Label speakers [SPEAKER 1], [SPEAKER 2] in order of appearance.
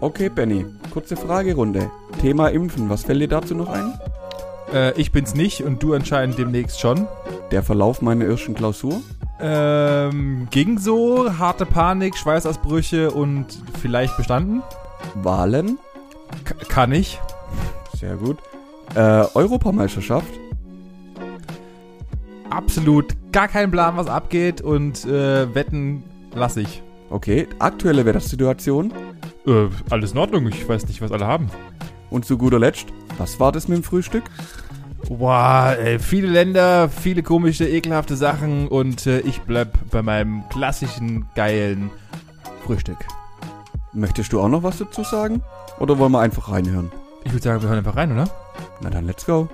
[SPEAKER 1] Okay, Benny. Kurze Fragerunde. Thema Impfen. Was fällt dir dazu noch ein?
[SPEAKER 2] Äh, ich bin's nicht und du anscheinend demnächst schon.
[SPEAKER 1] Der Verlauf meiner irrschen Klausur?
[SPEAKER 2] Ähm, ging so, harte Panik, Schweißausbrüche und vielleicht bestanden?
[SPEAKER 1] Wahlen?
[SPEAKER 2] K kann ich.
[SPEAKER 1] Sehr gut. Äh, Europameisterschaft?
[SPEAKER 2] Absolut gar keinen Plan, was abgeht und äh, wetten lass ich.
[SPEAKER 1] Okay, aktuelle Wettersituation?
[SPEAKER 2] Äh, alles in Ordnung, ich weiß nicht, was alle haben.
[SPEAKER 1] Und zu guter Letzt, was war das mit dem Frühstück?
[SPEAKER 2] Wow, ey, viele Länder, viele komische, ekelhafte Sachen und äh, ich bleib bei meinem klassischen, geilen Frühstück.
[SPEAKER 1] Möchtest du auch noch was dazu sagen? Oder wollen wir einfach reinhören?
[SPEAKER 2] Ich würde sagen, wir hören einfach rein, oder?
[SPEAKER 1] Na dann, let's go.